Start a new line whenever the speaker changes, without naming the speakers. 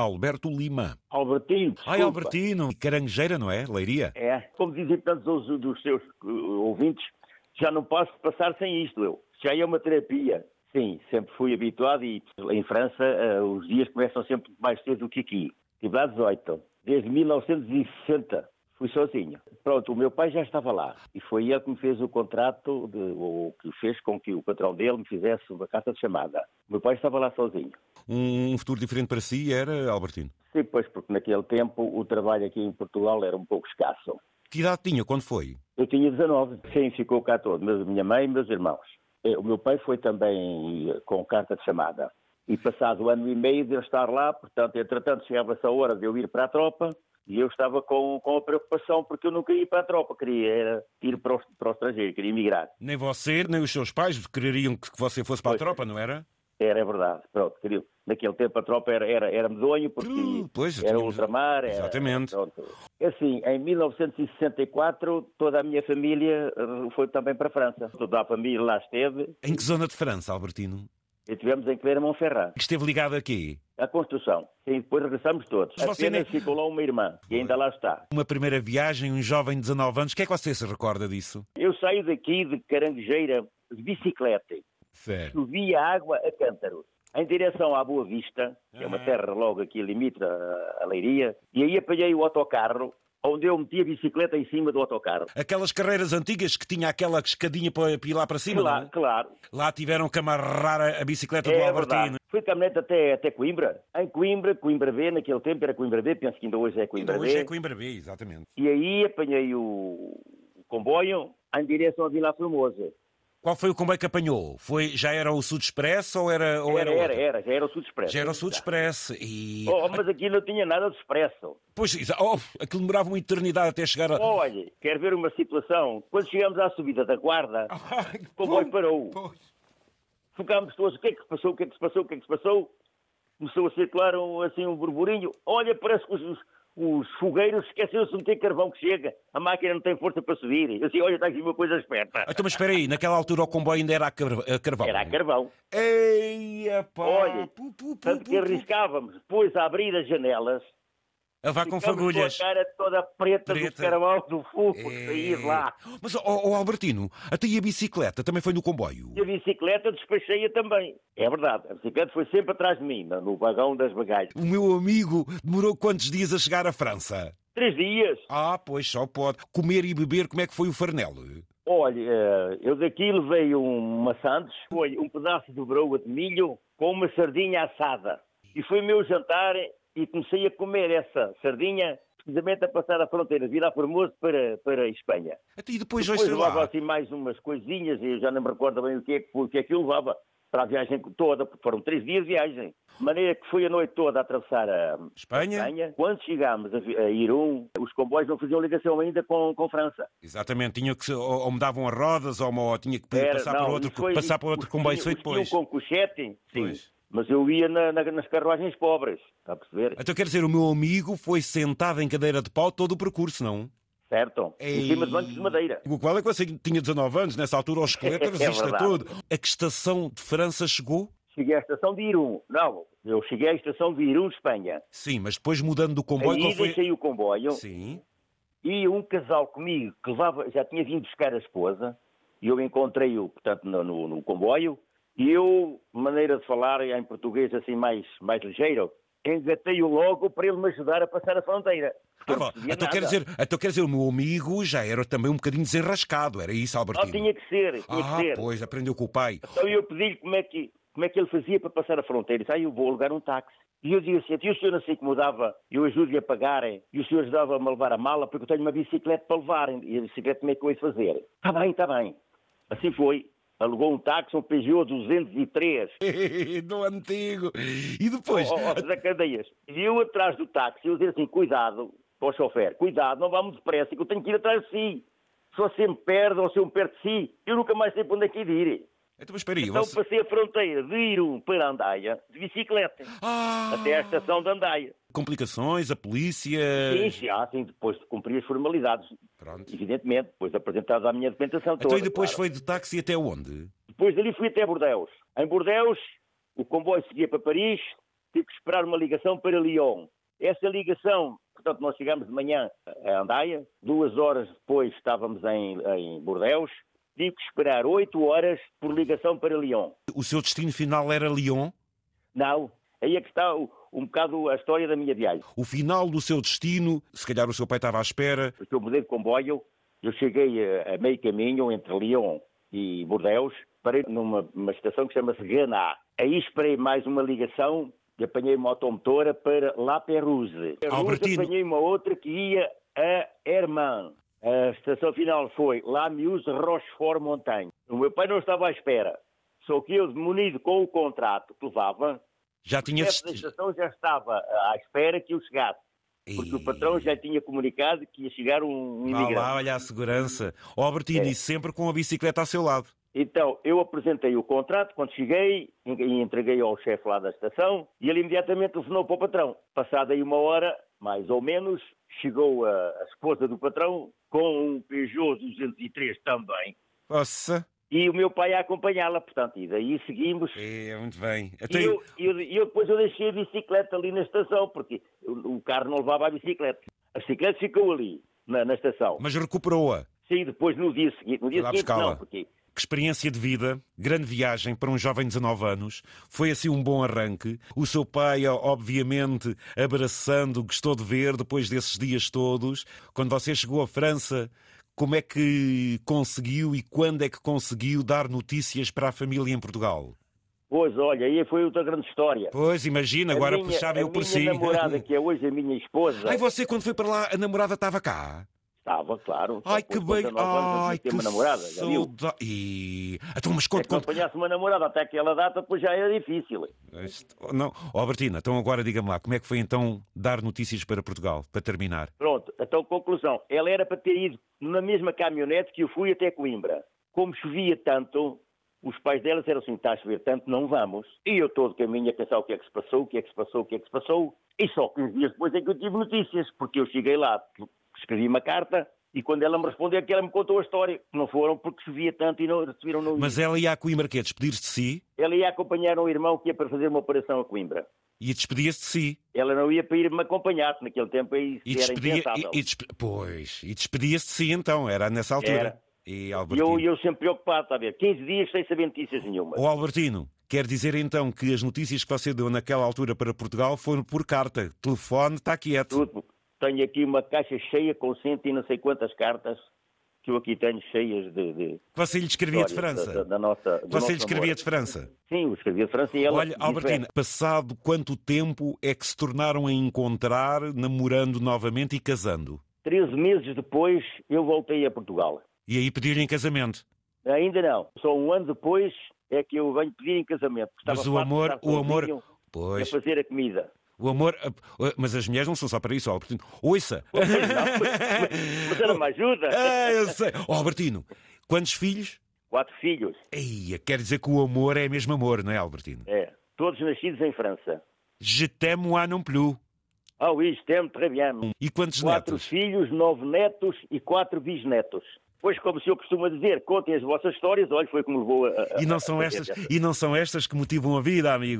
Alberto Lima.
Albertino. Desculpa.
Ai, Albertino. Carangeira, não é? Leiria?
É, como dizem tantos dos, dos seus uh, ouvintes, já não posso passar sem isto eu. Já é uma terapia. Sim, sempre fui habituado e em França uh, os dias começam sempre mais cedo do que aqui. Tive lá 18. Desde 1960 fui sozinho. Pronto, o meu pai já estava lá e foi ele que me fez o contrato, de, ou que fez com que o patrão dele me fizesse uma carta de chamada. O meu pai estava lá sozinho.
Um futuro diferente para si era, Albertino?
Sim, pois, porque naquele tempo o trabalho aqui em Portugal era um pouco escasso.
Que idade tinha? Quando foi?
Eu tinha 19. Sim, ficou cá todo. Mas minha mãe e meus irmãos. Eh, O meu pai foi também eh, com carta de chamada. E passado ano e meio de eu estar lá, portanto, entretanto, chegava-se a hora de eu ir para a tropa e eu estava com, com a preocupação porque eu não queria ir para a tropa, queria era ir para o, para o estrangeiro, queria emigrar.
Nem você, nem os seus pais quereriam que você fosse para a
Pois.
tropa, não era?
Era, é verdade. Pronto, queria. Naquele tempo a tropa era, era, era medonho porque
Hum, pois,
era
tínhamos-
ultramar. Era,
Exatamente.
pronto. Assim, em 1964, toda a minha família eh, foi também para a França. Toda a família lá esteve
Em que zona de França, Albertino?
e tivemos em Clermont-Ferrand.
Que esteve ligado aqui?
A construção. Sim, depois regressamos todos.
Mas você
Apenas
nem-
ficou lá uma irmã, que ainda lá está.
Uma primeira viagem, um jovem de 19 anos. O que é que você se recorda disso?
Eu saio daqui de Caranguejeira de bicicleta.
Certo.
Chovia água a cântaros. Em direção à Boa Vista, que é
Ah.
uma terra logo aqui limite à à Leiria, e aí apanhei o autocarro, onde eu meti a bicicleta em cima do autocarro.
Aquelas carreiras antigas que tinha aquela escadinha para para ir lá para cima,
Claro,
não? é?
claro.
Lá tiveram que amarrar a- a bicicleta do
É
Albertino.
verdade. Fui caminhonete até, até Coimbra. Em Coimbra, Coimbra B, naquele tempo era Coimbra B, penso que ainda hoje é Coimbra
Ainda
B.
hoje é Coimbra B, exatamente.
E aí apanhei o o comboio em direção a Vila Formosa.
Qual foi o comboio que apanhou? Foi, já era o Sud Express ou era, ou
era,
era,
era,
outro?
era, já era o Sul Expresso.
Já era o Sud Express. E...
Oh, mas aqui não tinha nada de expresso.
Pois, exa- oh, aquilo demorava uma eternidade até chegar a...
Olha, quero ver uma situação. Quando chegamos à subida da guarda,
Ah.
o comboio parou. Ficámos todos, o que é que se passou, o que é que se passou, o que é que se passou? Começou a circular um, assim um burburinho. Olha, parece que os, os- os fogueiros esqueceram-se de meter carvão que chega. A máquina não tem força para subir. Eu disse, olha, está aqui uma coisa esperta.
Então, mas espera aí, naquela altura o comboio ainda era a, car- a carvão.
Era a carvão.
Eia, pá!
Olha,
Pu, pu, pu,
Tanto que
pu, pu.
arriscávamos, depois a abrir as janelas,
A vá Ah, com
ficámos
fagulhas.
com a cara toda preta, do
Preta.
carvão, do fogo que saía de lá.
É. Mas, ó ó, Albertino, até e a bicicleta também foi no comboio?
E a bicicleta despachei-a também. É verdade, a bicicleta foi sempre atrás de mim, no vagão das bagagens.
O meu amigo demorou quantos dias a chegar à França?
Três dias.
Ah, pois, só pode. Comer e beber, como é que foi o farnelo?
Olha, eh, eu daqui levei um maçantes, foi um pedaço de broa de milho com uma sardinha assada. E foi o meu jantar e comecei a comer essa sardinha, precisamente a passar a fronteira, de Vila Formoso para, para a Espanha.
Até e depois,
Depois
hoje
levava
lá.
assim mais umas coisinhas, e eu já não me recordo bem o que é que, foi- o que, é que eu levava para a viagem toda, porque foram três dias de viagem. De maneira que fui a noite toda a atravessar a
Espanha?
Espanha. Quando chegámos a, Vi- a Irún, os comboios não faziam ligação ainda com, com França.
Exatamente, tinha que, se- ou, ou mudavam as rodas, ou, ou tinha que
Era-
passar
não,
por outro,
isso foi-
passar por outro
os
comboio,
que- um
isso foi
os que iam
depois.
com cochete, sim.
Pois.
Mas eu ia na- na- nas carruagens pobres, está a perceber?
Então quer dizer, o meu amigo foi sentado em cadeira de pau todo o percurso, não?
Certo? Em cima de bancos de madeira.
O qual é que você tinha 19 anos, nessa altura o esqueleto
É
resiste a
verdade.
tudo. A que estação de França chegou?
Cheguei à estação de Irún. Não, eu cheguei à estação de Irún, Espanha.
Sim, mas depois mudando do comboio,
Aí
qual foi?
deixei o comboio
Sim.
e um casal comigo que levava, já tinha vindo buscar a esposa, e eu encontrei-o, portanto, no, no- no comboio, e eu, maneira de falar em português assim mais, mais ligeiro, engatei-o logo para ele me ajudar a passar a fronteira. Porque
Ah,
eu não
bom,
percebia
então,
nada.
quer dizer, então quer dizer, o meu amigo já era também um bocadinho desenrascado, era isso,
Ah,
Albertino?
tinha que ser, tinha
Ah,
que ser.
pois, aprendeu com o pai.
Então eu pedi-lhe como, é que- como é que ele fazia para passar a fronteira. Ele disse, ah, eu vou alugar um táxi. E eu dizia assim, e o senhor não se incomodava, eu ajudo-lhe a pagarem, e o senhor ajudava-me a levar a mala, porque eu tenho uma bicicleta para levarem, e a bicicleta como é que eu hei de fazer? Está bem, está bem. Assim foi. Alugou um táxi, um Peugeot 203,
Do antigo. E depois,
ó, ó, da cadeias. E eu atrás do táxi, eu dizia assim, cuidado, para o chofer, cuidado, não vá muito depressa, que eu tenho que ir atrás de si. Se você me perde ou se eu me perco de si, eu nunca mais sei para onde é que hei de ir.
Então, mas espera aí,
Então
você-
passei a fronteira de Irum para Andaia de bicicleta,
Ah,
até à estação de Andaia.
complicações, a polícia...
Sim, já, sim, depois de cumprir as formalidades,
Pronto.
evidentemente, depois de apresentada a minha documentação toda.
Então e depois
claro.
foi de táxi até onde?
Depois dali fui até Bordeus. Em Bordeus, o comboio seguia para Paris, tive que esperar uma ligação para Lyon. Essa ligação, portanto, nós chegámos de manhã a Andaia, duas horas depois estávamos em, em Bordeus, tive que esperar oito horas por ligação para Lyon.
O seu destino final era Lyon?
Não, aí é que está o- um bocado a história da minha viagem.
O final do seu destino, se calhar o seu pai estava à espera,
Porque eu mudei de comboio, eu cheguei a, a meio caminho entre Lyon e Bordeaux, parei numa uma estação que chama-se Gana. Aí esperei mais uma ligação e apanhei uma automotora para La Perouse. Perouse
Albertino.
apanhei uma outra que ia a Herman. A estação final foi La Muse Rochefort Montagne. O meu pai não estava à espera. Só que eu, munido com o contrato que levava,
já
o
tinha...
chefe da estação já estava à espera que eu chegasse. Porque o patrão já tinha comunicado que ia chegar um
Vá lá,
imigrante.
olha a segurança. Ó, Bertini,
É.
sempre com a bicicleta ao seu lado.
Então, eu apresentei o contrato quando cheguei e entreguei ao chefe lá da estação e ele imediatamente telefonou para o patrão. Passada aí uma hora, mais ou menos, chegou a, a esposa do patrão com um Peugeot 203 também
Nossa.
e o meu pai a acompanhá-la, portanto, e daí seguimos.
É, muito bem.
E
Até...
eu, eu- eu depois eu deixei a bicicleta ali na estação, porque o, o carro não levava a bicicleta. A bicicleta ficou ali, na- na estação.
Mas recuperou-a.
Sim, depois no dia seguinte. No dia
Foi lá
seguinte
buscá-la.
não, porque
Que experiência de vida, grande viagem para um jovem de 19 anos, foi assim um bom arranque. O seu pai, ó, obviamente, abraçando, gostou de ver depois desses dias todos. Quando você chegou à França, como é que conseguiu e quando é que conseguiu dar notícias para a família em Portugal?
pois, olha, aí foi outra grande história.
Pois, imagina, agora
a minha,
puxava
a
eu por
minha
si.
namorada, que é hoje a minha esposa,
Ai, você quando foi para lá, a namorada estava cá?
estava, claro.
Ai, que bem. Ai,
que
que
uma namorada, já viu?
saudade. Ih, Então, mas
É
conta,
que não
conta.
apanhasse uma namorada até aquela data, pois já era difícil.
Este- Não, ó Bertina, então agora diga-me lá, como é que foi então dar notícias para Portugal, para terminar?
Pronto, então conclusão. Ela era para ter ido na mesma caminhonete que eu fui até Coimbra. Como chovia tanto, os pais delas eram assim, está a chover tanto, não vamos. E eu todo o caminho a pensar o que é que se passou, o que é que se passou, o que é que se passou. E só 15 dias depois é que eu tive notícias, porque eu cheguei lá, escrevi uma carta, e quando ela me respondeu é que ela me contou a história. que Não foram porque chovia tanto e não receberam não.
Mas ela ia a Coimbra que despedir-se de si
Ela ia acompanhar um irmão que ia para fazer uma operação a Coimbra.
e despedia-se de si.
Ela não ia para ir me acompanhar, porque naquele tempo aí
E
era
despedia
impensável.
e, e despe- Pois, e despedia-se de si então, era nessa altura.
Era.
E
E
Albertino.
eu, eu sempre preocupado, está a ver? 15 dias sem saber
Oh,
notícias nenhuma.
Ó, Albertino, quer dizer então que as notícias que você deu naquela altura para Portugal foram por carta, telefone, está quieto.
Tudo. Tenho aqui uma caixa cheia com cento e não sei quantas cartas que eu aqui tenho cheias de. de
Você lhe escrevia de
histórias Da, da,
França.
da nossa. do nosso
Você lhe escrevia
amor.
de França.
Sim, eu escrevia de França e ela.
Olha, Albertina, passado quanto tempo é que se tornaram a encontrar, namorando novamente e casando?
13 meses depois eu voltei a Portugal.
E aí pediram em casamento.
Ainda não. Só um ano depois é que eu venho pedir em casamento. porque
Mas
estava
o
farto de
amor-
estar
o amor-
sozinho A
Pois,
fazer a comida.
o amor. ah, ah, Mas as mulheres não são só para isso, Albertino. Ouça!
Pois não, mas, mas era uma ajuda.
ah, eu sei! Ó, Albertino, quantos filhos?
Quatro filhos.
Eia, quer dizer que o amor é mesmo amor, não é, Albertino?
É. Todos nascidos em França.
Je t'aime ou non plus.
Ah, oui, je t'aime très bien.
E quantos
Quatro
netos?
filhos, nove netos e quatro bisnetos. Pois, como o senhor costuma dizer, contem as vossas histórias. Olha, foi como levou a. a-
E não são
a-
estas, e não são estas que motivam a vida, amigo.